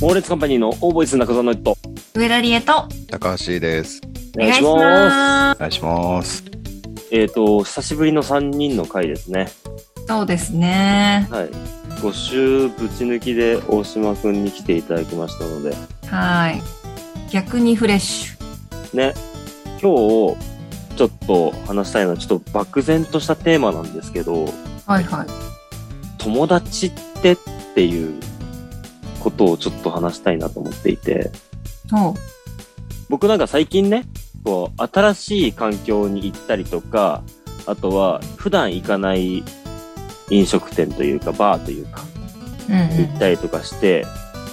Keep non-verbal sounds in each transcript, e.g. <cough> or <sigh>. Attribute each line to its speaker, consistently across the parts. Speaker 1: 猛烈カンパニーのオーボイス中澤の一と
Speaker 2: 上田理恵と
Speaker 3: 高橋です。
Speaker 1: お
Speaker 2: お願いしま
Speaker 3: お願いします。
Speaker 1: すえっ、と久しぶりの3人の回ですね
Speaker 2: す。そうですね。
Speaker 1: はい5週ぶち抜きで大島くんに来ていただきましたので
Speaker 2: はい。逆にフレッシュ。
Speaker 1: ね今日ちょっと話したいのはちょっと漠然としたテーマなんですけど
Speaker 2: はいはい。
Speaker 1: 友達ってっていうことをちょっと話したいなと思っていて
Speaker 2: そう。
Speaker 1: 僕なんか最近ねこう新しい環境に行ったりとかあとは普段行かない飲食店というかバーというか
Speaker 2: うん
Speaker 1: 行ったりとかして、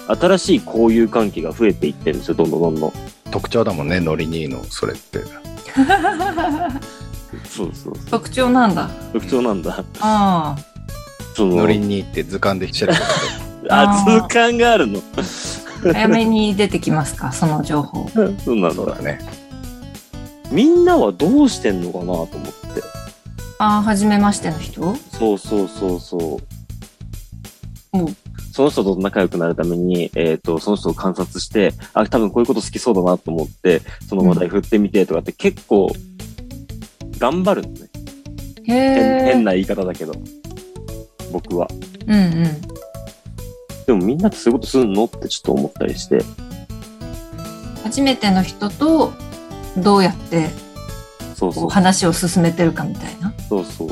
Speaker 1: 新しい交友関係が増えていってるんですよどんどんどんどん。
Speaker 3: 特徴だもんね、ノリニーの、それって。
Speaker 2: うん。
Speaker 1: そうそうそう
Speaker 2: 特徴なんだ。
Speaker 1: 特徴なんだ。
Speaker 2: ああ。
Speaker 1: その
Speaker 3: ノリニーって図鑑で調べたこ
Speaker 1: あ
Speaker 2: あー
Speaker 1: 図鑑があるの。 <laughs>
Speaker 2: 早めに出てきますか、 <laughs> その情報。
Speaker 1: そうな
Speaker 3: と
Speaker 1: の <laughs>
Speaker 3: だね。
Speaker 1: みんなはどうしてんのかなと思って。
Speaker 2: ああ、初めましての人
Speaker 1: そうそうそうそう。
Speaker 2: うん
Speaker 1: その人と仲良くなるために、えっ、と、その人を観察して、あ、多分こういうこと好きそうだなと思って、その話題振ってみてとかって結構、頑張るのね。
Speaker 2: へ
Speaker 1: 変
Speaker 2: え。
Speaker 1: 変な言い方だけど。僕は。
Speaker 2: うんうん。
Speaker 1: でもみんなってそういうことするのってちょっと思ったりして。
Speaker 2: 初めての人と、どうやって
Speaker 1: そう
Speaker 2: こ
Speaker 1: そう
Speaker 2: う。話を進めてるかみたいな。
Speaker 1: そうそう。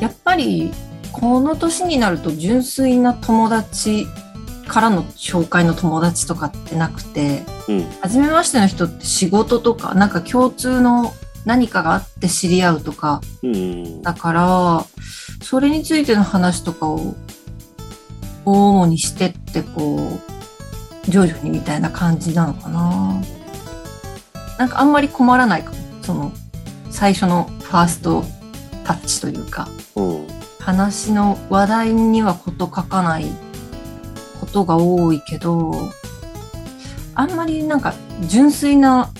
Speaker 2: やっぱり、この年になると純粋な友達からの紹介の友達とかってなくて、
Speaker 1: うん。
Speaker 2: 初めましての人って仕事とか、なんか共通の何かがあって知り合うとか、
Speaker 1: うん。
Speaker 2: だから、それについての話とかを、大主にしてって、こう、徐々にみたいな感じなのかな。なんかあんまり困らないかも。その、最初のファーストタッチというか、
Speaker 1: うん。
Speaker 2: 話の話題にはこと書かないことが多いけど、あんまりなんか純粋な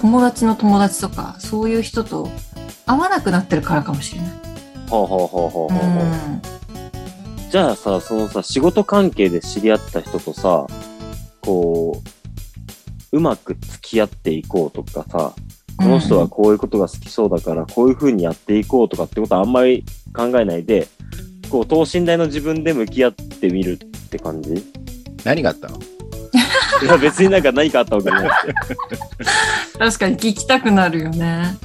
Speaker 2: 友達の友達とか、そういう人と会わなくなってるからかもしれない。
Speaker 1: はあ、はあはあはあはあはあ
Speaker 2: う
Speaker 1: じゃあさ、そのさ、仕事関係で知り合った人とさ、こう、うまく付き合っていこうとかさ、この人はこういうことが好きそうだから、こういう風にやっていこうとかってことはあんまり考えないで、こう、等身大の自分で向き合ってみるって感じ <laughs> い
Speaker 3: 何があったの
Speaker 1: や、別になんか何かあったわけじゃなくて。
Speaker 2: 確かに聞きたくなるよね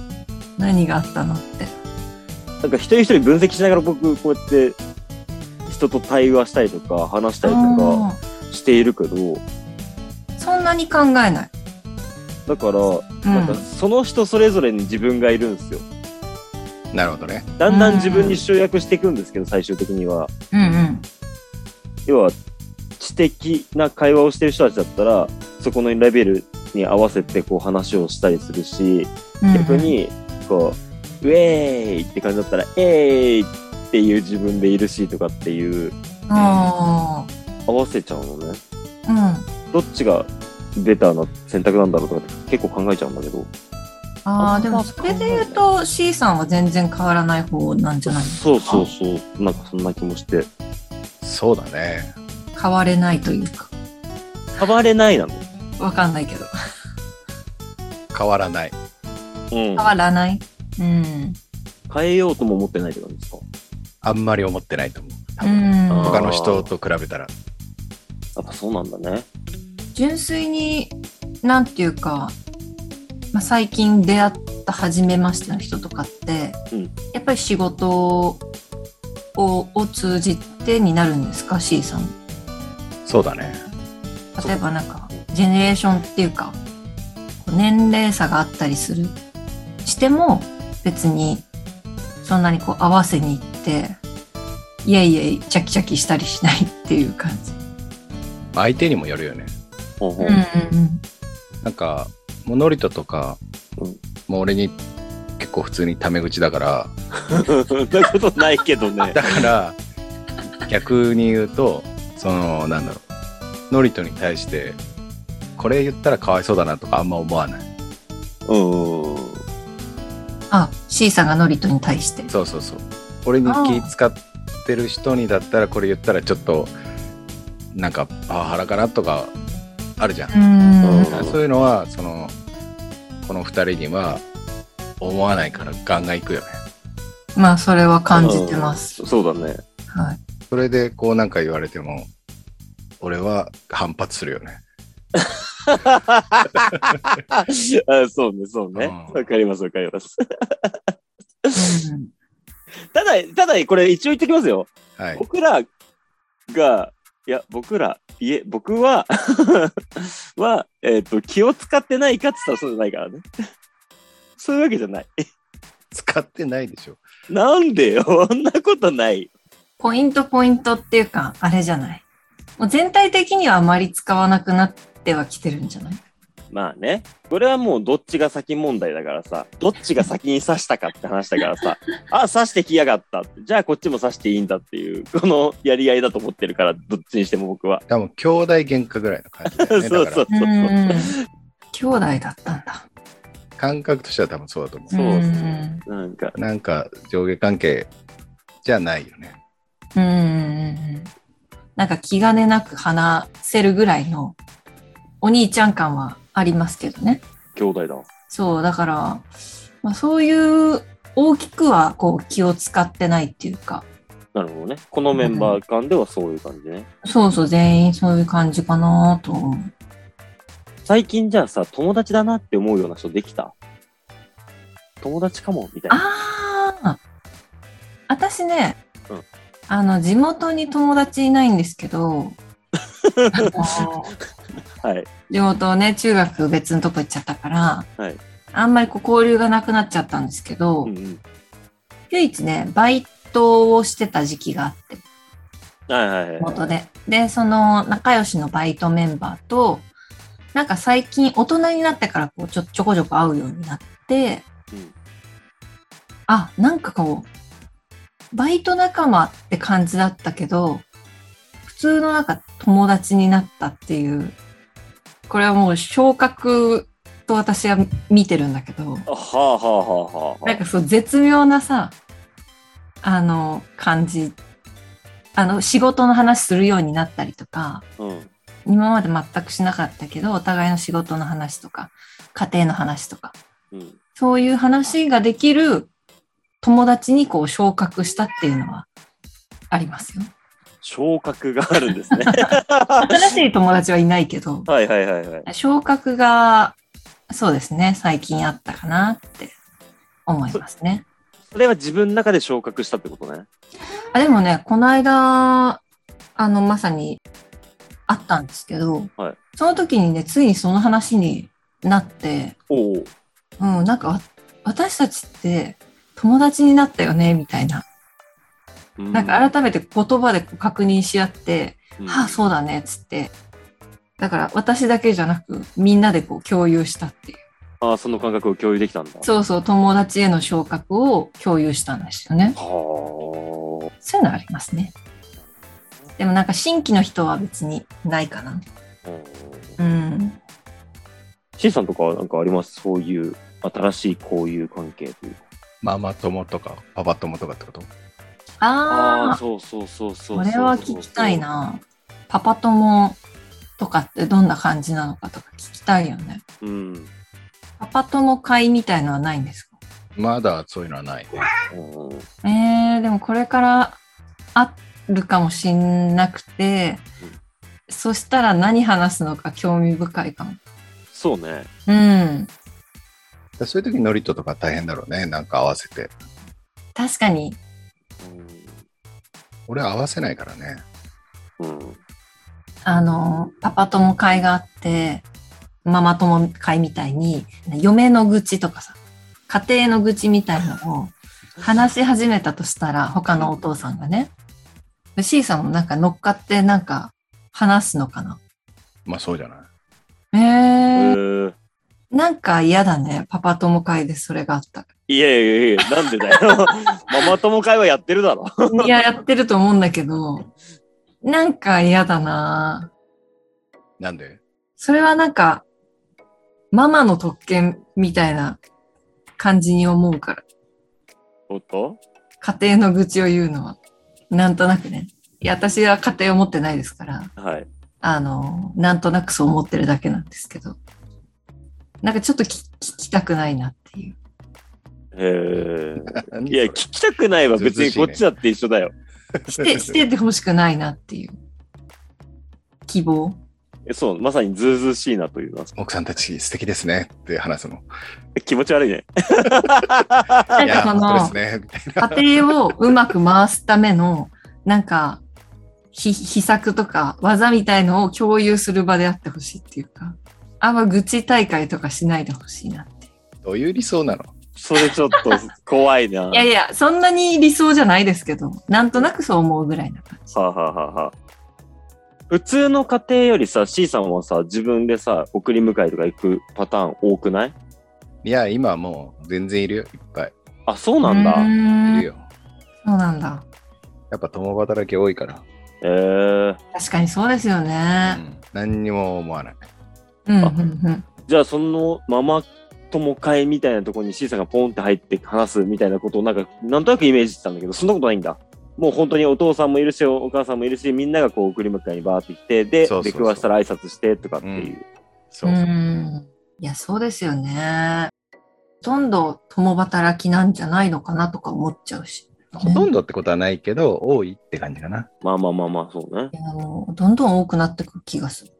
Speaker 2: 何があったのって
Speaker 1: なんか一人一人分析しながら僕、こうやって、人と対話したりとか、話したりとか
Speaker 2: あ
Speaker 1: しているけど、
Speaker 2: ーそんなに考えない、
Speaker 1: だから、
Speaker 2: う
Speaker 1: なんか
Speaker 2: ん、
Speaker 1: その人それぞれに自分がいるんですよ。
Speaker 3: なるほどね。
Speaker 1: だんだん自分に集約していくんですけど、最終的には。
Speaker 2: うんうん
Speaker 1: 要は、知的な会話をしてる人たちだったら、そこのレベルに合わせてこう話をしたりするし、
Speaker 2: うん
Speaker 1: 逆に、こう、ウェーイって感じだったら、えーいっていう自分でいるしとかっていう、
Speaker 2: あ
Speaker 1: 合わせちゃうのね。
Speaker 2: ーうん
Speaker 1: どっちがベターな選択なんだろうとかって結構考えちゃうんだけど。
Speaker 2: あーでもそれで言うと C さんは全然変わらない方なんじゃない
Speaker 1: そうそうそう。なんかそんな気もして。
Speaker 3: そうだね。
Speaker 2: 変われないというか
Speaker 1: 変われないなの。
Speaker 2: わかんないけど
Speaker 3: 変わらない。
Speaker 1: うん
Speaker 2: 変。わらないうん
Speaker 1: 変えようとも思ってないって感じですか
Speaker 3: あんまり思ってないと思う。
Speaker 2: う
Speaker 3: 多分
Speaker 2: ん
Speaker 1: あー
Speaker 3: 他の人と比べたら。
Speaker 1: やっぱそうなんだね。
Speaker 2: 純粋になんていうか、まあ、最近出会った初めましての人とかって、
Speaker 1: うん
Speaker 2: やっぱり仕事をを通じてになるんですか C さん
Speaker 3: そうだね。
Speaker 2: 例えばなんかジェネレーションっていうかこう年齢差があったりするしても別にそんなにこう合わせに行ってイエイイエイチャキチャキしたりしないっていう感じ。
Speaker 3: 相手にもよるよね。
Speaker 1: ほうほ
Speaker 2: う
Speaker 1: うん
Speaker 2: うん
Speaker 3: なんか、モノリトとか
Speaker 1: うん、
Speaker 3: もう俺に結構普通にタメ口だから、
Speaker 1: そんなことないけどね。
Speaker 3: だから、逆に言うと、その、なんだろう。ノリトに対して、これ言ったらかわいそうだなとかあんま思わない。
Speaker 1: うん。
Speaker 2: あ C さんがノリトに対して。
Speaker 3: そうそうそう。俺に気使ってる人にだったらこれ言ったらちょっとなんかパワハラかなとかあるじゃん、
Speaker 2: うん
Speaker 1: うん
Speaker 3: そういうのはそのこの2人には思わないからガンガンいくよね
Speaker 2: まあそれは感じてます。
Speaker 1: うんそうだね。
Speaker 2: はい。
Speaker 3: それでこうなんか言われても俺は反発するよね
Speaker 1: あそうね、そうね。
Speaker 3: うん
Speaker 1: わかります、わかります。
Speaker 2: うん
Speaker 1: ただ、ただ、これ一応言ってきますよ。
Speaker 3: はい
Speaker 1: 僕らが、いや、僕ら、いえ、僕は、 <laughs> は、えっ、と、気を使ってないかって言ったらそうじゃないからね。そういうわけじゃない。
Speaker 3: 使ってないでしょ
Speaker 1: なんでよ、 <laughs> そんなことない。
Speaker 2: ポイントポイントっていうか、あれじゃない。もう全体的にはあまり使わなくなってはきてるんじゃない
Speaker 1: まあね、これはもうどっちが先問題だからさ、どっちが先に刺したかって話だからさ、あ、刺してきやがったって、じゃあこっちも刺していいんだっていう、このやり合いだと思ってるから、どっちにしても僕は。
Speaker 3: 多分兄弟喧嘩ぐらいの感じだ
Speaker 1: そ
Speaker 3: よ
Speaker 1: う
Speaker 3: ね
Speaker 1: <laughs> そう
Speaker 3: だ
Speaker 1: そ
Speaker 3: か
Speaker 1: うそう。
Speaker 2: うん兄弟だったんだ。
Speaker 3: ら感覚としては多分そうだと思う、
Speaker 1: そうです
Speaker 2: ね。
Speaker 1: なんか、
Speaker 3: なんか上下関係じゃないよね
Speaker 2: うんうんうん。なんか気兼ねなく話せるぐらいのお兄ちゃん感はありますけどね。
Speaker 1: 兄弟だ。
Speaker 2: そう、だから、まあそういう大きくはこう気を使ってないっていうか、
Speaker 1: なるほどね。このメンバー間ではそういう感じね。
Speaker 2: そうそう全員そういう感じかなと思う。
Speaker 1: 最近じゃあさ、友達だなって思うような人できた友達かもみたいな。
Speaker 2: ああ私ね、
Speaker 1: うん
Speaker 2: あの、地元に友達いないんですけ
Speaker 1: <laughs>
Speaker 2: ど、あの
Speaker 1: はい。
Speaker 2: 地元をね、中学別のとこ行っちゃったから、
Speaker 1: はい
Speaker 2: あんまりこう交流がなくなっちゃったんですけど、
Speaker 1: うんうん。
Speaker 2: 唯一ね、バイトをしてた時期があって、
Speaker 1: はいはいはい。
Speaker 2: 元で。で、その仲良しのバイトメンバーと、なんか最近大人になってからこうちょちょこちょこ会うようになって、
Speaker 1: うん
Speaker 2: あ、なんかこう、バイト仲間って感じだったけど、普通のなんか友達になったっていう、これはもう昇格と私は見てるんだけど、
Speaker 1: あはあはあはあはあ。
Speaker 2: なんかそう絶妙なさ、あの、感じ。あの、仕事の話するようになったりとか、
Speaker 1: うん。
Speaker 2: 今まで全くしなかったけど、お互いの仕事の話とか、家庭の話とか、
Speaker 1: うん。
Speaker 2: そういう話ができる友達にこう昇格したっていうのはありますよ。
Speaker 1: 昇格があるんです <laughs> ね。
Speaker 2: 新しい友達はいないけど、
Speaker 1: はいはいはいはい。
Speaker 2: 昇格が、そうですね、最近あったかなって思いますね。
Speaker 1: それは自分の中で昇格したってことね。
Speaker 2: あでもね、この間、あの、まさに、あったんですけど、
Speaker 1: はい
Speaker 2: その時にね、ついにその話になって、
Speaker 1: おお。
Speaker 2: うん、なんか、わ私たちって友達になったよね、みたいな。なんか改めて言葉でこう確認し合って、
Speaker 1: うん、
Speaker 2: はあ、そうだね、つって。だから、私だけじゃなく、みんなでこう共有したっていう。
Speaker 1: ああ、その感覚を共有できたんだ。
Speaker 2: そうそう、友達への昇格を共有したんですよね。
Speaker 1: は
Speaker 2: そういうのありますね。でもなんか新規の人は別にないかな。
Speaker 1: あ。うん
Speaker 2: うん。
Speaker 1: C さんとかはなんかありますそういう新しい交友関係というか。
Speaker 3: ママ友とかパパ友とかってこと
Speaker 1: ああー、
Speaker 2: ああ、
Speaker 1: そうそうそうそうそうそう。
Speaker 2: これは聞きたい。な。パパ友とかってどんな感じなのかとか聞きたいよね。
Speaker 1: うん。
Speaker 2: パパ友会みたいのはないんですか
Speaker 3: まだそういうのはないね
Speaker 1: うん
Speaker 2: えー、でもこれからあるかもしんなくて
Speaker 1: うん、
Speaker 2: そしたら何話すのか興味深いかも。
Speaker 1: そうね。
Speaker 2: うん。
Speaker 3: だそういう時ノリトとか大変だろうねなんか合わせて
Speaker 2: 確かに。
Speaker 3: 俺合わせないからね
Speaker 1: うん。
Speaker 2: あの、パパ友会があって、ママ友会みたいに、嫁の愚痴とかさ、家庭の愚痴みたいのを話し始めたとしたら、他のお父さんがね。で C さんもなんか乗っかってなんか話すのかな。
Speaker 3: まあそうじゃな
Speaker 2: へ
Speaker 3: い
Speaker 2: えー。
Speaker 1: うん。
Speaker 2: なんか嫌だね。パパ友会でそれがあったら。
Speaker 1: いやいやいや、なんでだよ。 <laughs> ママ友会はやってるだろ。 <laughs>
Speaker 2: いや、やってると思うんだけど、なんか嫌だな
Speaker 3: なんで
Speaker 2: それはなんか、ママの特権みたいな感じに思うから。
Speaker 1: おっと
Speaker 2: 家庭の愚痴を言うのは、なんとなくね。いや、私は家庭を持ってないですから、
Speaker 1: はい。
Speaker 2: あの、なんとなくそう思ってるだけなんですけど、なんかちょっと聞聞きたくないなっていう。
Speaker 1: へー
Speaker 3: 何
Speaker 1: いや、
Speaker 3: そ
Speaker 1: 聞きたくないわ。別にこっちだって一緒だよ。
Speaker 3: <laughs>
Speaker 2: して、しててほしくないなっていう。希望。
Speaker 1: えそう、まさにズうずうしいなと言います。
Speaker 3: れ奥さんたち素敵ですねって話すの。
Speaker 1: 気持ち悪いね。
Speaker 2: ないん
Speaker 3: や、
Speaker 2: かこ
Speaker 3: 本
Speaker 2: の、
Speaker 3: 当ですね。 <laughs>
Speaker 2: 家庭をうまく回すための、なんか、ひ秘策とか技みたいのを共有する場であってほしいっていうか、あんま愚痴大会とかしないでほしいなっていう。
Speaker 3: どういう理想なの
Speaker 1: それちょっと怖いな。
Speaker 2: いやいや、そんなに理想じゃないですけど、なんとなくそう思うぐらいな感じ。
Speaker 1: はあ、はあはあはあ、普通の家庭よりさ、C さんはさ、自分でさ、送り迎えとか行くパターン多くない
Speaker 3: いや、今はもう全然いるよ。いっぱい
Speaker 1: あ、そうなんだ。
Speaker 3: い
Speaker 2: だ
Speaker 3: るよ。
Speaker 2: そうなんだ。
Speaker 3: やっぱ共働き多いから、
Speaker 1: えー、
Speaker 2: 確かにそうですよ
Speaker 3: う
Speaker 2: ね。
Speaker 3: ん何にも思わない。
Speaker 2: うん、うん、うん。
Speaker 1: じゃあそのママ友会みたいなところに C さんがポンって入って話すみたいなことをなんか、なんとなくイメージしてたんだけど、そんなことないんだ。もう本当にお父さんもいるし、お母さんもいるし、みんながこう送り迎えにバーって来て、で、
Speaker 3: そうそうそ
Speaker 1: 出
Speaker 3: う
Speaker 1: くわしたら挨拶してとかっていう。
Speaker 3: そうそう。
Speaker 2: ん。いや、そうですよね。ほとんど共働きなんじゃないのかなとか思っちゃうし。
Speaker 3: ほとんどってことはないけど、多いって感じかな。
Speaker 1: まあまあまあまあ、そうね
Speaker 2: い。やもうどんどん多くなってくる気がする。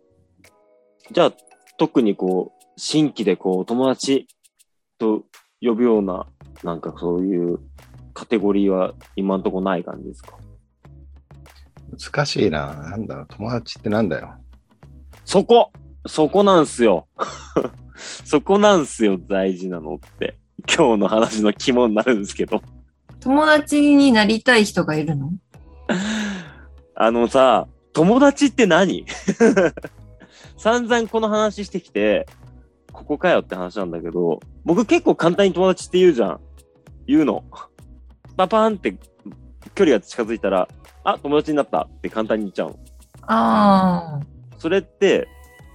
Speaker 1: じゃあ、特にこう、新規でこう、友達と呼ぶような、なんかそういうカテゴリーは今んとこない感じですか
Speaker 3: 難しいな。なんだろう、友達ってなんだよ。
Speaker 1: そこそこなんすよ。 <laughs> そこなんすよ、大事なのって。今日の話の肝になるんですけど。
Speaker 2: 友達になりたい人がいるの
Speaker 1: あのさ、友達って何 <laughs> 散々この話してきて、ここかよって話なんだけど、僕結構簡単に友達って言うじゃん。言うの。パパーンって距離が近づいたら、あ、友達になったって簡単に言っちゃうの。
Speaker 2: ああ。
Speaker 1: それって、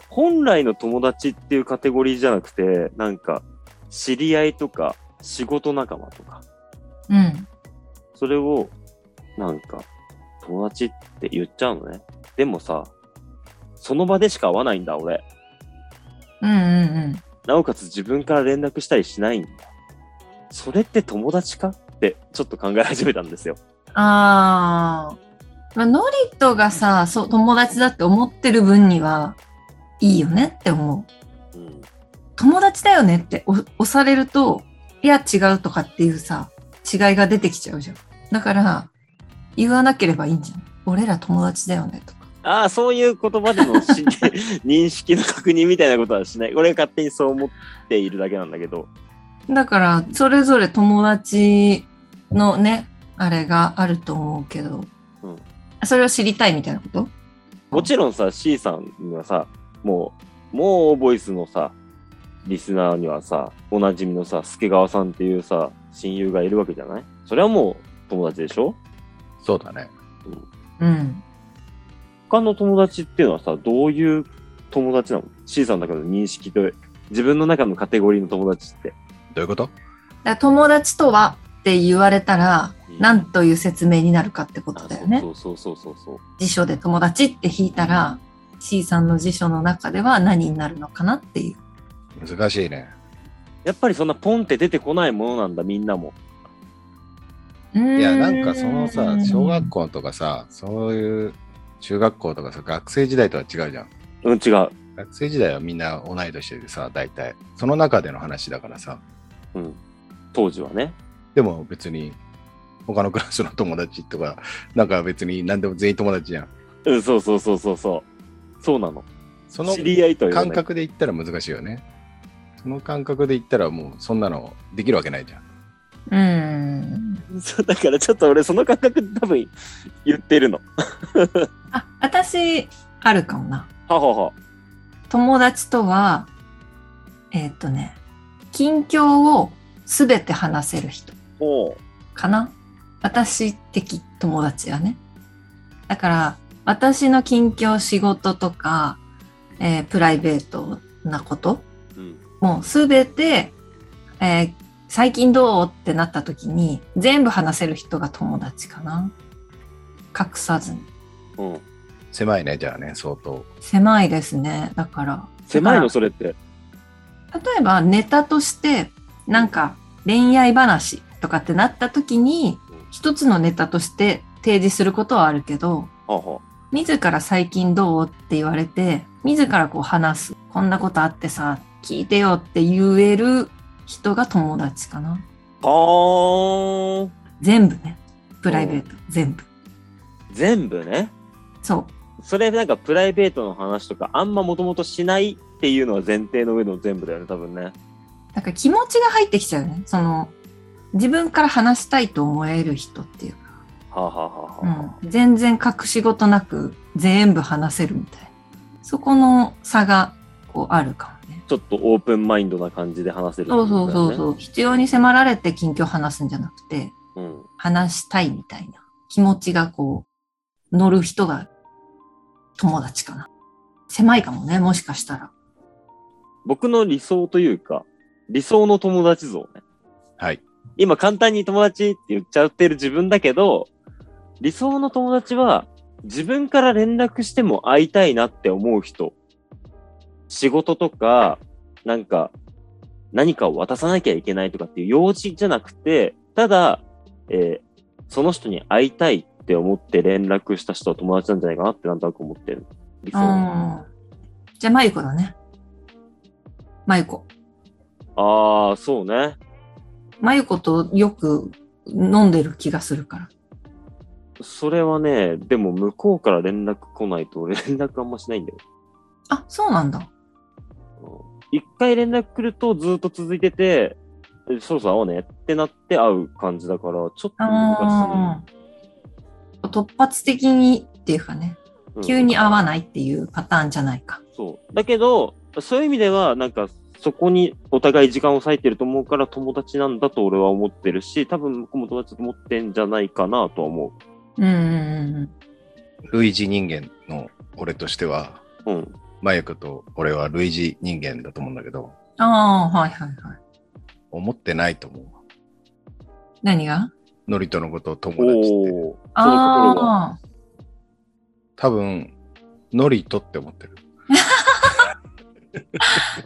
Speaker 1: 本来の友達っていうカテゴリーじゃなくて、なんか、知り合いとか、仕事仲間とか、
Speaker 2: うん。
Speaker 1: それを、なんか、友達って言っちゃうのね。でもさ、その場でしか会わないんだ、俺。
Speaker 2: うんうん
Speaker 1: なおかつ自分から連絡したりしないんだ。それって友達かって、ちょっと考え始めたんですよ。
Speaker 2: うん。ああ。まあ、ノリトがさ、そう、友達だって思ってる分には、いいよねって思う。
Speaker 1: うん。
Speaker 2: 友達だよねってお押されると、いや違うとかっていうさ、違いが出てきちゃうじゃん。だから、言わなければいいんじゃん。俺ら友達だよねとか。
Speaker 1: ああ、そういう言葉でのし <laughs> 認識の確認みたいなことはしない。俺が勝手にそう思っているだけなんだけど。
Speaker 2: だから、それぞれ友達のね、あれがあると思うけど、
Speaker 1: うん
Speaker 2: それを知りたいみたいなこと
Speaker 1: もちろんさ、C さんにはさ、もう、もうオーボイスのさ、リスナーにはさ、おなじみのさ、助川さんっていうさ、親友がいるわけじゃないそれはもう友達でしょ
Speaker 3: そうだね。
Speaker 2: うん。
Speaker 1: 他の友達っていうのはさ、どういう友達なの ?C さんの中の認識と、自分の中のカテゴリーの友達って。
Speaker 3: どういうこと
Speaker 2: だから友達とはって言われたら、
Speaker 1: うん
Speaker 2: 何という説明になるかってことだよね。
Speaker 1: そうそうそうそうそう。
Speaker 2: 辞書で友達って引いたら、C さんの辞書の中では何になるのかなっていう。
Speaker 3: 難しいね。
Speaker 1: やっぱりそんなポンって出てこないものなんだ、みんなも。
Speaker 3: い
Speaker 2: い
Speaker 3: や、なんかそのさ、小学校とかさ、そういう中学校とかさ、学生時代とは違うじゃん。
Speaker 1: うん、違う。
Speaker 3: 学生時代はみんな同い年でさ、大体。その中での話だからさ。
Speaker 1: うん。当時はね。
Speaker 3: でも別に、他のクラスの友達とか、なんか別に何でも全員友達じゃん。
Speaker 1: うん、そうそうそうそうそう。そうなの。
Speaker 3: その
Speaker 1: 知り合いとは言わな
Speaker 3: 感
Speaker 1: い。
Speaker 3: 覚で言ったら難しいよね。その感覚で言ったらもうそんなのできるわけないじゃん。
Speaker 2: う
Speaker 1: <laughs>
Speaker 2: ん。
Speaker 1: そうだからちょっと俺その感覚で多分言ってるの。
Speaker 2: あ、私、あるかもな。
Speaker 1: ははは。
Speaker 2: 友達とは、えーっ、とね、近況をすべて話せる人
Speaker 1: ほ
Speaker 2: かな。私的友達はね。だから、私の近況仕事とか、えープライベートなこと、
Speaker 1: う。うん。
Speaker 2: もうすべて、えー最近どうってなった時に、全部話せる人が友達かな。隠さずに。
Speaker 1: うん。
Speaker 3: 狭いね、じゃあね、相当。
Speaker 2: 狭いですね。だから。
Speaker 1: <laughs> 狭いの、
Speaker 2: だ
Speaker 1: それって。
Speaker 2: から例えばネタとして、なんか恋愛話とかってなった時に
Speaker 1: うん、
Speaker 2: 一つのネタとして提示することはあるけど、
Speaker 1: はあは
Speaker 2: 自ら最近どうって言われて、自らこう話す。こんなことあってさ、聞いてよって言える人が友達かな。
Speaker 1: あ。はーん。
Speaker 2: 全部ね。プライベート。全部。
Speaker 1: 全部ね。
Speaker 2: そう。
Speaker 1: それなんかプライベートの話とかあんまもともとしないっていうのは前提の上の全部だよね、多分ね。
Speaker 2: なんか気持ちが入ってきちゃうね。その、自分から話したいと思える人っていうか、
Speaker 1: はあ、はあはあはあ、
Speaker 2: うん、全然隠し事なく全部話せるみたいな。そこの差が、こうあるかもね。
Speaker 1: ちょっとオープンマインドな感じで話せる、
Speaker 2: そうそうそう
Speaker 1: う。
Speaker 2: そう。必要に迫られて近況話すんじゃなくて、
Speaker 1: うん。
Speaker 2: 話したいみたいな気持ちがこう、乗る人が友達かな。狭いかもね、もしかしたら。
Speaker 1: 僕の理想というか、理想の友達像ね。
Speaker 3: はい。
Speaker 1: 今簡単に友達って言っちゃってる自分だけど、理想の友達は自分から連絡しても会いたいなって思う人。仕事とか、なんか、何かを渡さなきゃいけないとかっていう用事じゃなくて、ただ、えーその人に会いたいって思って連絡した人は友達なんじゃないかなってなんとなく思ってる。理
Speaker 2: う
Speaker 1: 想。
Speaker 2: ん。じゃあ、まゆこだね。まゆこ。
Speaker 1: ああ、そうね。
Speaker 2: まゆことよく飲んでる気がするから。
Speaker 1: それはね、でも向こうから連絡来ないと俺連絡あんましないんだよ。
Speaker 2: あ、そうなんだ。
Speaker 1: 一回連絡来るとずっと続いてて、えそろそろ会おうねってなって会う感じだから、ちょっと難
Speaker 2: あー突発的にっていうかね、
Speaker 1: しい。うん
Speaker 2: 急に合わないっていうパターンじゃないか。
Speaker 1: そう。だけど、そういう意味では、なんか、そこにお互い時間を割いてると思うから友達なんだと俺は思ってるし、多分向こうも友達と思ってんじゃないかなとは思
Speaker 2: うんうん
Speaker 3: 類似人間の俺としては、
Speaker 1: う。うん。
Speaker 3: マユクと俺は類似人間だと思うんだけど、
Speaker 2: うん。ああ、はいはいはい。
Speaker 3: 思ってないと思うわ。
Speaker 2: 何が
Speaker 3: ノリトのことを友
Speaker 1: お
Speaker 3: 達って。
Speaker 1: おー。その心は。
Speaker 2: ああ
Speaker 3: 多分、ノリトって思ってる。
Speaker 2: ー、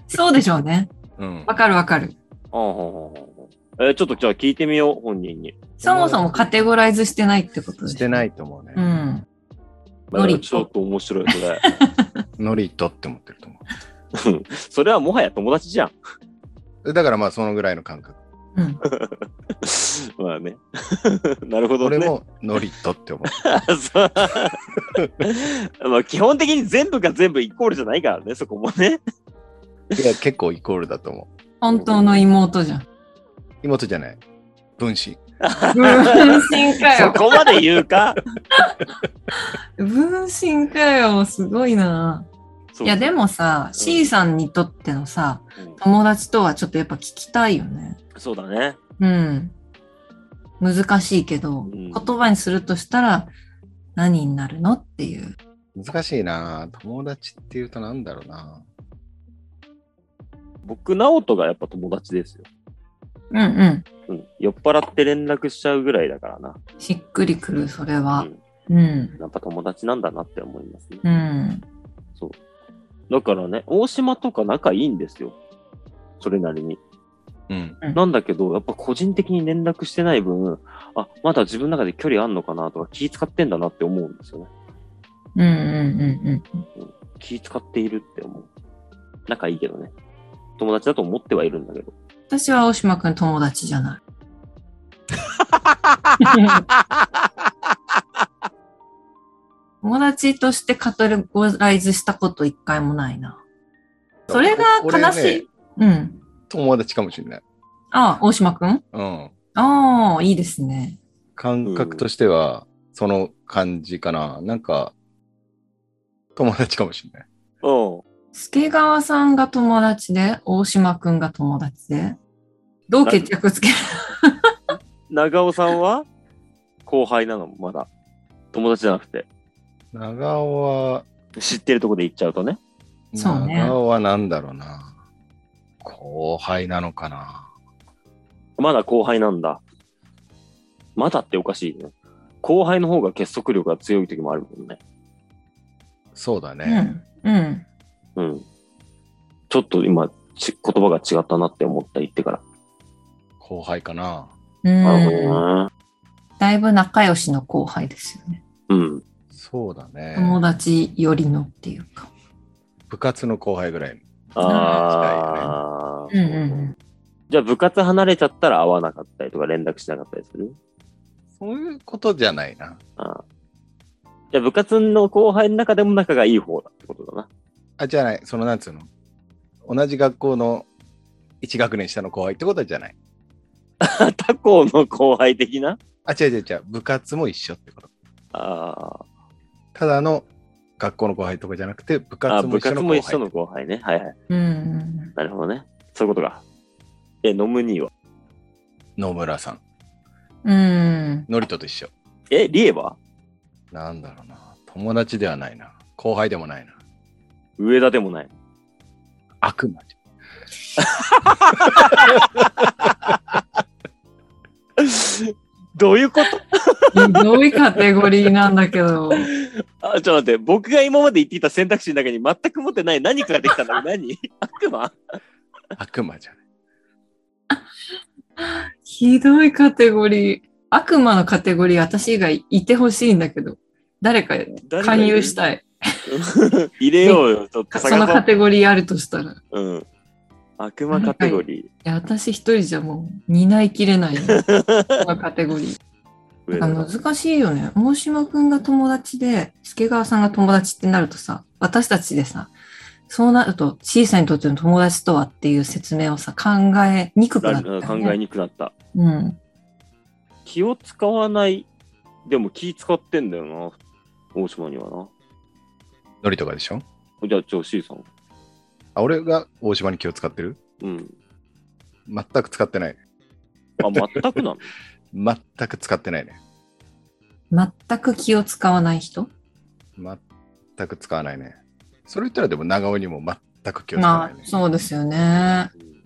Speaker 2: そうでしょうね。
Speaker 3: うん
Speaker 2: わ。かるわかる。
Speaker 1: あーはんはんはんはんえーちょっとじゃあ聞いてみよう、本人に。
Speaker 2: そもそもカテゴライズしてないってことで。
Speaker 3: してないいと思うね。
Speaker 2: うん。
Speaker 1: まあ
Speaker 2: ノリ
Speaker 1: ちょっと面白い、それ。
Speaker 3: ノリトって思ってると思
Speaker 1: うんそれはもはや友達じゃん。 <laughs>
Speaker 3: う。だからまあそのぐらいの感覚。
Speaker 2: うん。
Speaker 1: まあね。 <laughs> なるほど
Speaker 3: 俺
Speaker 1: ね。
Speaker 3: もノリトって思う。
Speaker 1: <laughs> そうまあ基本的に全部が全部イコールじゃないからね、そこもね。
Speaker 3: いや、結構イコールだと思う。
Speaker 2: 本当の妹
Speaker 3: <laughs>
Speaker 2: じゃん。
Speaker 3: 妹じゃない。分子。
Speaker 2: 分身か
Speaker 1: そ
Speaker 2: よ。
Speaker 1: こまで言うか。
Speaker 2: <laughs> 分身かよ。すごいな。いや、でもさ、C さんにとってのさ、
Speaker 1: そう、うん
Speaker 2: 友達とはちょっとやっぱ聞きたいよね。
Speaker 1: そうだね。
Speaker 2: うん。難しいけど、
Speaker 1: ん
Speaker 2: 言葉にするとしたら何になるのっていう。
Speaker 3: 難しいな友達っていうとなんだろうな
Speaker 1: 僕、直人がやっぱ友達ですよ。
Speaker 2: うんうん。
Speaker 1: うん、酔っ払って連絡しちゃうぐらいだからな。
Speaker 2: しっくりくる、それは
Speaker 1: う。ん、
Speaker 2: うん。
Speaker 1: やっぱ友達なんだなって思いますね。
Speaker 2: うん。
Speaker 1: そう。だからね、大島とか仲いいんですよ。それなりに。
Speaker 3: うん。
Speaker 1: なんだけど、やっぱ個人的に連絡してない分、あ、まだ自分の中で距離あんのかなとか気使ってんだなって思うんですよね。
Speaker 2: うんうんうん
Speaker 1: 気使っているって思う。仲いいけどね。友達だと思ってはいるんだけど。
Speaker 2: 私は大島くん友達じゃない。友達としてカテゴライズしたこと一回もないな。それが悲しい。
Speaker 3: 俺ね
Speaker 2: うん。
Speaker 3: 友達かもしれない。
Speaker 2: ああ、大島くん
Speaker 3: うん。
Speaker 2: ああ、いいですね。
Speaker 3: 感覚としては、その感じかな。なんか、友達かもしれない。
Speaker 1: うん。
Speaker 2: 助川さんが友達で、大島くんが友達で、どう決着つける
Speaker 1: 長尾さんは <laughs> 後輩なの、まだ。友達じゃなくて。
Speaker 3: 長尾は、
Speaker 1: 知ってるとこで行っちゃうとね。
Speaker 2: そうね
Speaker 3: 長尾はなんだろうな後輩なのかな
Speaker 1: まだ後輩なんだ。まだっておかしいね。後輩の方が結束力が強い時もあるもんね。
Speaker 3: そうだ
Speaker 2: う
Speaker 3: ね。
Speaker 2: ん。うん。
Speaker 1: うん。ちょっと今、ち言葉が違ったなって思った言ってから。
Speaker 3: 後輩かな。
Speaker 2: う
Speaker 1: なるほ
Speaker 2: ん。
Speaker 1: どね。
Speaker 2: だいぶ仲良しの後輩ですよね。
Speaker 1: うん。
Speaker 3: そうだね。
Speaker 2: 友達寄りのっていうか。
Speaker 3: 部活の後輩ぐらい。
Speaker 1: ああ、
Speaker 2: うんうん
Speaker 1: じゃあ部活離れちゃったら会わなかったりとか連絡しなかったりする
Speaker 3: そういうことじゃないな。
Speaker 1: あーじゃあ部活の後輩の中でも仲がいい方だってことだな。 <laughs>
Speaker 3: あ、じゃない。そのなんつうの。同じ学校の1学年下の後輩ってことじゃない。
Speaker 1: 他校の後輩的な
Speaker 3: あ、違う違う違う。部活も一緒ってこと。
Speaker 1: あー
Speaker 3: ただの学校の後輩とかじゃなくて、部
Speaker 1: あ
Speaker 3: 活
Speaker 1: ー、
Speaker 3: も
Speaker 1: 部
Speaker 3: 一緒
Speaker 1: 活
Speaker 3: の
Speaker 1: も
Speaker 3: 後
Speaker 1: 一緒
Speaker 3: 輩。
Speaker 1: の後輩ね。はいはい。
Speaker 2: うん。うん
Speaker 1: なるほどね。そういうことか。え、飲むには。
Speaker 3: 野村さん。
Speaker 2: うん。
Speaker 3: ノリトと一緒。
Speaker 1: え、リエは
Speaker 3: なんだろうな。友達ではないな。後輩でもないな。
Speaker 1: 上田でもない。
Speaker 3: 悪魔じ
Speaker 1: どういうこと
Speaker 2: ひどいカテゴリーなんだけど。
Speaker 1: <laughs> あ、ちょっと待って、僕が今まで言っていた選択肢の中に全く持ってない何かができたんだ <laughs> けど、何悪魔
Speaker 3: ゃん。悪魔じゃん。
Speaker 2: ひどいカテゴリー。悪魔のカテゴリー、私以外いてほしいんだけど。誰か勧誘したい。
Speaker 1: <laughs> 入れようよ、ちょっと
Speaker 2: そのカ
Speaker 1: 探
Speaker 2: テゴリーあるとしたら。い
Speaker 1: そう。うん。悪魔カテゴリー。
Speaker 2: や、私一人じゃもう担いきれないよ。そのカテゴリー。
Speaker 1: 上田
Speaker 2: なんか難しいよね。大島くんが友達で、助川さんが友達ってなるとさ、私たちでさ、そうなると、小さにとっての友達とはっていう説明をさ、考えにくくなった、
Speaker 1: だ
Speaker 2: ね。
Speaker 1: 考えにくくなった。
Speaker 2: うん。
Speaker 1: 気を使わない。でも気使ってんだよな。大島にはな。
Speaker 3: ノリとかでしょ
Speaker 1: じゃあ、じゃあ C さん。
Speaker 3: あ、俺が大島に気を使ってる
Speaker 1: うん。
Speaker 3: 全く使ってない。
Speaker 1: あ、全くな
Speaker 2: <laughs>
Speaker 1: の
Speaker 3: 全く使ってないね。
Speaker 2: 全く気を使わない人
Speaker 3: 全く使わないね。それ言ったらでも長尾にも全く気を使わ
Speaker 2: ま
Speaker 3: ないね
Speaker 2: あ、。そうですよね。
Speaker 1: うん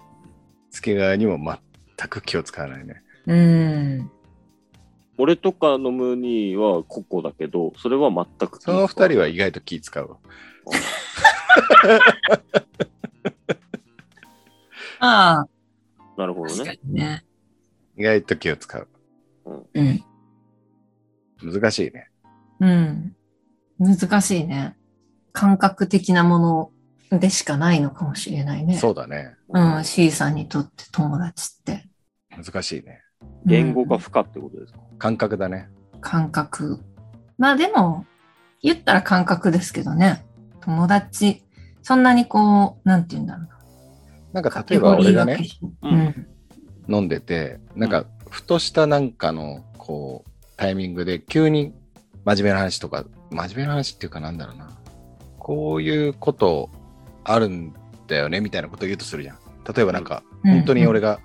Speaker 3: 助川にも全く気を使わないね。
Speaker 2: うん。
Speaker 1: 俺とか飲むにはココだけど、それは全く気
Speaker 3: そ
Speaker 1: 使わな
Speaker 3: の
Speaker 1: い
Speaker 3: 二人は意外と気使うわ。
Speaker 2: ああ、
Speaker 1: なるほど
Speaker 2: 確か
Speaker 1: ね。
Speaker 2: にね。
Speaker 3: 意外と気を使う。
Speaker 2: うん。
Speaker 3: 難しいね。
Speaker 2: うん。難しいね。感覚的なものでしかないのかもしれないね。
Speaker 3: そうだね。
Speaker 2: うん、C さんにとって友達って。
Speaker 3: 難しいね。
Speaker 1: 言語が
Speaker 2: うん
Speaker 1: 不可ってことですか、
Speaker 3: 感覚だね。
Speaker 2: 感覚。まあでも、言ったら感覚ですけどね。友達。そんなにこう、なんて言うんだろうな。
Speaker 3: なんか例えば俺がね、
Speaker 2: うん。
Speaker 3: 飲んでて、なんかふとしたなんかのこうタイミングで急に真面目な話とか、真面目な話っていうかなんだろうな。こういうことあるんだよねみたいなことを言うとするじゃん。例えばなんか、
Speaker 2: うん
Speaker 3: 本当に俺。が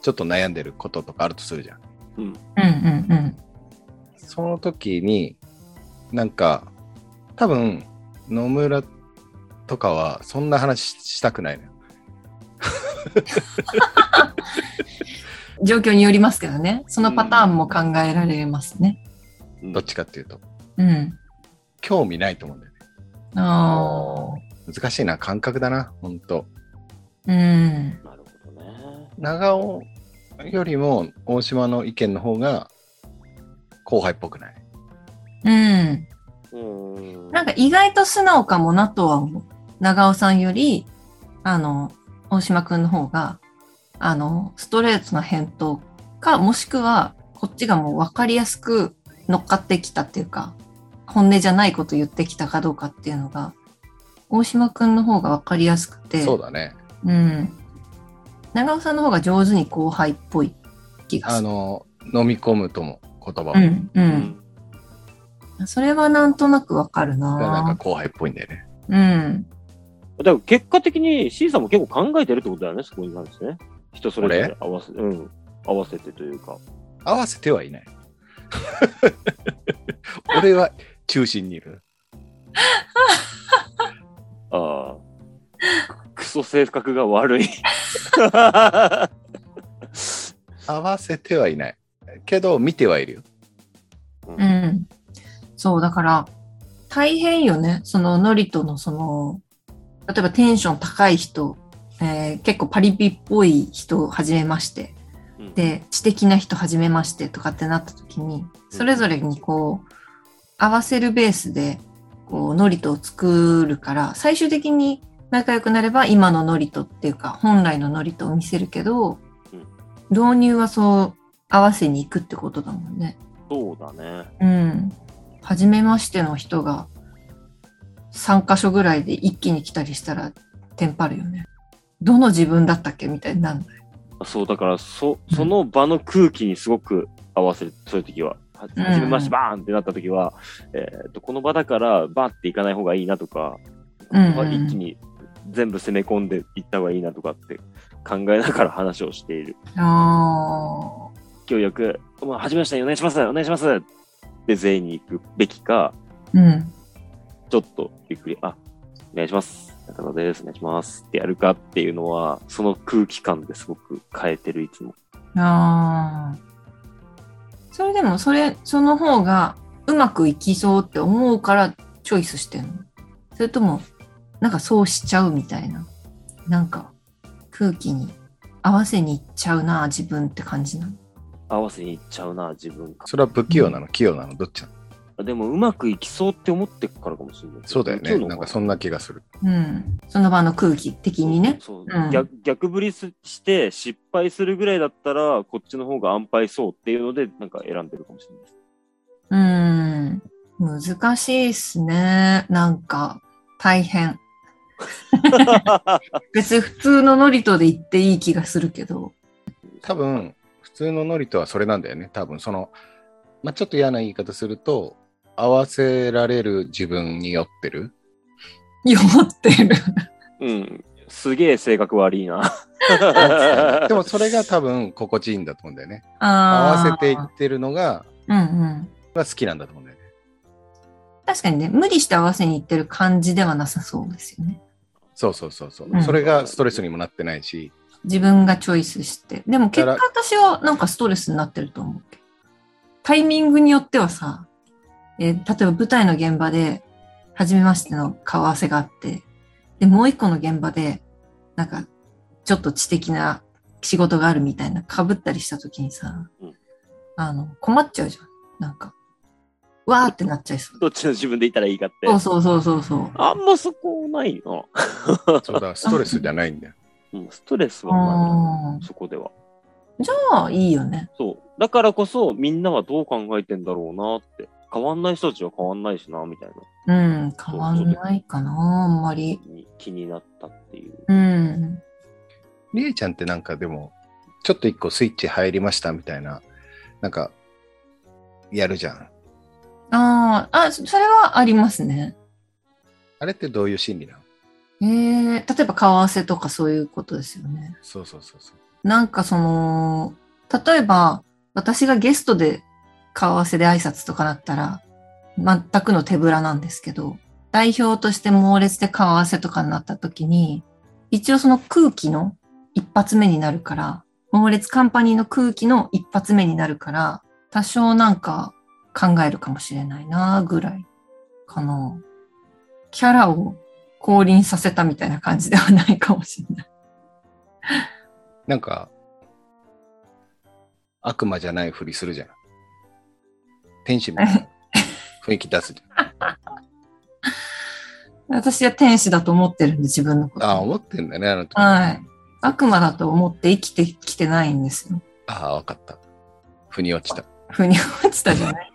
Speaker 3: ちょっと悩んでることとかあるとするじゃん。
Speaker 2: うんうん
Speaker 3: その時に、なんか、多分、野村とかはそんな話したくないのよ。
Speaker 2: うん。状況によりますけどね。そのパターンも考えられますね。
Speaker 1: うん
Speaker 3: どっちかっていうと。
Speaker 2: うん。
Speaker 3: 興味ないと思うんだよね。
Speaker 2: ああ。
Speaker 3: 難しいな、感覚だな、ほんと。
Speaker 2: うん。
Speaker 1: なるほどね。
Speaker 3: 長尾よりも大島の意見の方が後輩っぽくない。
Speaker 2: うん。
Speaker 1: うーん。
Speaker 2: なんか意外と素直かもなとは思う。長尾さんより、あの、大島くんの方が、あの、ストレートな返答か、もしくは、こっちがもう分かりやすく乗っかってきたっていうか、本音じゃないこと言ってきたかどうかっていうのが、大島くんの方が分かりやすくて、
Speaker 3: そうだね。
Speaker 2: うん。長尾さんの方が上手に後輩っぽい気が
Speaker 3: あ
Speaker 2: する。
Speaker 3: の、飲み込むとも言葉を。
Speaker 2: うん、
Speaker 1: う
Speaker 2: う。。
Speaker 1: ん
Speaker 2: それはなんとなくわかるな
Speaker 3: がなんか後輩っぽいんだよね。
Speaker 2: うん。
Speaker 1: だから結果的に C さんも結構考えてるってことだよね、そこに関してね。人それぞれ合わせ、うん、合わせてというか。
Speaker 3: 合わせてはい <laughs> ない。俺は中心にいる。
Speaker 1: ああ。クソ性格が悪
Speaker 2: <laughs>
Speaker 1: い。
Speaker 3: 合わせてはいない。けど見てはいるよ。
Speaker 2: うん。そう、だから、大変よね。その、ノリとのその、例えばテンション高い人、えー結構パリピっぽい人を始めまして、
Speaker 1: うん、
Speaker 2: で、知的な人始めましてとかってなった時に、それぞれにこう、合わせるベースで、こう、ノリとを作るから、最終的に仲良くなれば今のノリとっていうか、本来のノリとを見せるけど
Speaker 1: うん、
Speaker 2: 導入はそう、合わせに行くってことだもんね。
Speaker 1: そうだね。
Speaker 2: うん。初めましての人が3箇所ぐらいで一気に来たりしたらテンパるよね。どの自分だったっけみたいになるんだよ。
Speaker 1: そう、だから、そ、その場の空気にすごく合わせる、そういう時は。は
Speaker 2: うん
Speaker 1: 自分ましてバーンってなった時は、えーっと、この場だから、バーっていかない方がいいなとか、
Speaker 2: うん
Speaker 1: まあ一気に全部攻め込んでいった方がいいなとかって考えながら話をしている。
Speaker 2: あ
Speaker 1: 今日よく、まあ、始めましたねお願いします、お願いしますで全員に行くべきか、
Speaker 2: ーうん。
Speaker 1: ちょっとゆっくり、あ、お願いします。中田です、お願いしますってやるかっていうのは、その空気感ですごく変えてる、いつも。
Speaker 2: ああ。それでも、それ、その方がうまくいきそうって思うからチョイスしてんのそれとも、なんかそうしちゃうみたいな。なんか空気に合わせにいっちゃうな、自分って感じなの。
Speaker 1: 合わせにいっちゃうな、自分か。
Speaker 3: それは不器用なの、器用なの、どっちなの
Speaker 1: でも、うまくいきそうって思ってっからかもしれない。
Speaker 3: そうだよ
Speaker 1: そう
Speaker 3: ね。
Speaker 1: なの
Speaker 3: なんかそんな気がする。
Speaker 2: うん、その場の空気的にね。
Speaker 1: そう
Speaker 2: うん
Speaker 1: 逆逆振りすして失敗するぐらいだったらこっちの方が安牌そうっていうのでなんか選んでるかもしれないです
Speaker 2: うん、難しいっすね。なんか、大変。別に普通のノリとで言っていい気がするけど。
Speaker 3: 多分、普通のノリとはそれなんだよね。多分、その、まあ、ちょっと嫌な言い方すると、合わせられる自分に酔っ
Speaker 2: <laughs>
Speaker 3: てる。
Speaker 2: 弱ってる。
Speaker 1: うんすげえ性格悪いな <laughs>
Speaker 3: でもそれが多分心地いいんだと思うんだよね。合
Speaker 2: あ
Speaker 3: わ
Speaker 2: ー
Speaker 3: せていってるのが、
Speaker 2: うんうん。
Speaker 3: が好きなんだと思うんだよね。
Speaker 2: 確かにね、無理して合わせにいってる感じではなさそうですよね。
Speaker 3: そうそうそうそう、
Speaker 2: うん
Speaker 3: それがストレスにもなってないし、
Speaker 2: 自分がチョイスして。でも結果
Speaker 3: だか
Speaker 2: 私はなんかストレスになってると思うけど。タイミングによってはさ、えー例えば舞台の現場で、初めましての顔合わせがあって、で、もう一個の現場で、なんか、ちょっと知的な仕事があるみたいな被ったりした時にさ、
Speaker 1: うん
Speaker 2: あの、困っちゃうじゃん。なんか、わーってなっちゃいそう。
Speaker 1: どっちの自分でいたらいいかって
Speaker 2: そうそうそうそうそう。
Speaker 1: あんまそこないな、
Speaker 3: そうだ、ストレスじゃない
Speaker 2: <laughs>
Speaker 3: んだよ。
Speaker 1: うん、ストレスはな
Speaker 2: う
Speaker 1: い
Speaker 2: ん
Speaker 1: なそこでは
Speaker 2: じゃあ、いいよね。
Speaker 1: そうだからこそみんなはどう考えてんだろうなって変わんない人たちは変わんないしなみたいな
Speaker 2: うん、変わんないかな、あんまり。
Speaker 1: に気になったっていう
Speaker 2: うん。
Speaker 3: りえちゃんってなんかでも、ちょっと一個スイッチ入りましたみたいな、なんか、やるじゃん。
Speaker 2: あーあ、そそれはありますね。
Speaker 3: あれってどういう心理なの
Speaker 2: ええ例えば顔合わせとかそういうことですよね。
Speaker 3: そうそうそうそう。
Speaker 2: なんかその、例えば私がゲストで顔合わせで挨拶とかだったら全くの手ぶらなんですけど、代表として猛烈で顔合わせとかになった時に、一応その空気の一発目になるから、猛烈カンパニーの空気の一発目になるから、多少なんか考えるかもしれないなぐらいかな。キャラを降臨させたみたいな感じではないかもしれない。
Speaker 3: なんか、悪魔じゃないふりするじゃん。天使みたい
Speaker 2: <laughs>
Speaker 3: な雰囲気出すじ
Speaker 2: 私は天使だと思ってるんで、自分のこ
Speaker 3: ゃん。ああ、
Speaker 2: と。
Speaker 3: 思ってんだね、あの時。
Speaker 2: はい。悪魔だと思って生きてきてないんですよ。
Speaker 3: ああ、わかった。腑に落ちた。
Speaker 2: 腑に落ちたじゃない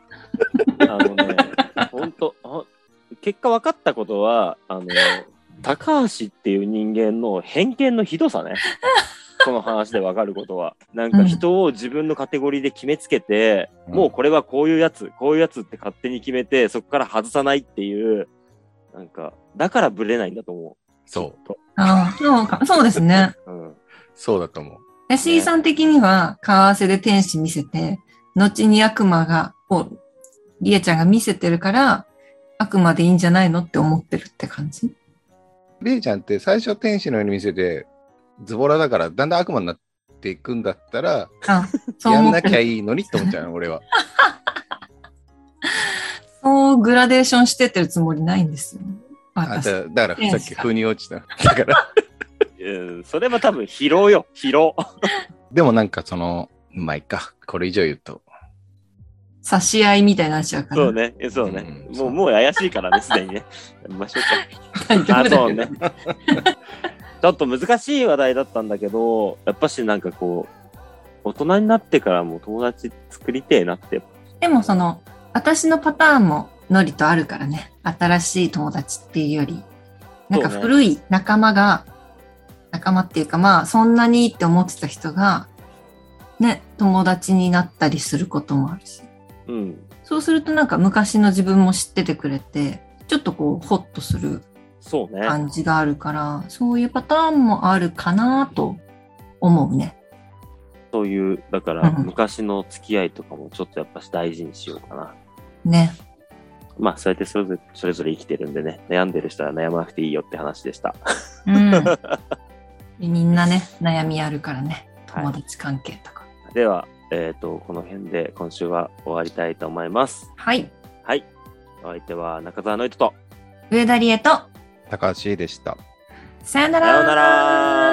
Speaker 1: あの
Speaker 3: <laughs>
Speaker 1: ね、本当、ほん結果分かったことは、あの、高橋っていう人間の偏見のひど
Speaker 3: <laughs>
Speaker 1: さね。この話で分かることは。なんか人を自分のカテゴリーで決めつけて、
Speaker 3: うん
Speaker 1: もうこれはこういうやつ、こういうやつって勝手に決めて、そこから外さないっていう、なんか、だからブレないんだと思
Speaker 3: そう。
Speaker 2: ああ、そうか。そうですね。
Speaker 1: う。うん。
Speaker 3: そうだと思う。
Speaker 2: で C さん的には、顔合わせで天使見せて、後に悪魔が、を、りえちゃんが見せてるから、悪魔でいいんじゃないのって思ってるって感じ
Speaker 3: レイちゃんって最初天使のように見せて、ズボラだからだんだん悪魔になっていくんだったら、
Speaker 2: あ、そう
Speaker 3: やん
Speaker 2: 思っ
Speaker 3: な
Speaker 2: て
Speaker 3: き
Speaker 2: <laughs>
Speaker 3: ゃ
Speaker 2: る。
Speaker 3: いいのにって思っちゃうの、俺は。
Speaker 2: そううグラデーションしてってるつもりないんですよ。
Speaker 3: あ
Speaker 2: 私。
Speaker 3: だだからさっき風に落ちた。だから
Speaker 1: うんそれは多分疲労よ、疲労。
Speaker 3: でもなんかその、まあいいか。これ以上言うと。
Speaker 2: 差し合いみたいになっちゃうから。
Speaker 1: そうね、えそうね。
Speaker 3: うん
Speaker 1: もう、もう怪しいからね、すでにね。やりましょう
Speaker 2: 大 <laughs> 丈
Speaker 1: か。あ、
Speaker 2: 夫だ
Speaker 1: そうね。 <laughs> ちょっと難しい話題だったんだけど、やっぱしなんかこう、大人になってからも友達作りてえなって。
Speaker 2: でもその、私のパターンもノリとあるからね。新しい友達っていうより、なんか
Speaker 1: そうね
Speaker 2: 古い仲間が、仲間っていうかまあ、そんなにって思ってた人が、ね、友達になったりすることもあるし。
Speaker 1: うん。
Speaker 2: そうするとなんか昔の自分も知っててくれて、ちょっとこう、ホッとする
Speaker 1: そうね。
Speaker 2: 感じがあるから、そういうパターンもあるかなと思うね。
Speaker 1: そういう、だから
Speaker 2: うん
Speaker 1: 昔の付き合いとかもちょっとやっぱし大事にしようかな。
Speaker 2: ね。
Speaker 1: まあ、そうやってそれぞれそれぞれ生きてるんでね、悩んでる人は悩まなくていいよって話でした。 <laughs>
Speaker 2: うん。みんなね、悩みあるからね。友
Speaker 1: は
Speaker 2: 達関係とか。
Speaker 1: い、では、えっ、と、この辺で今週は終わりたいと思います。
Speaker 2: はい。
Speaker 1: はい。お相手は中澤の人と。
Speaker 2: 上田理恵と、
Speaker 3: 高橋でした。
Speaker 2: さよなら
Speaker 1: さようなら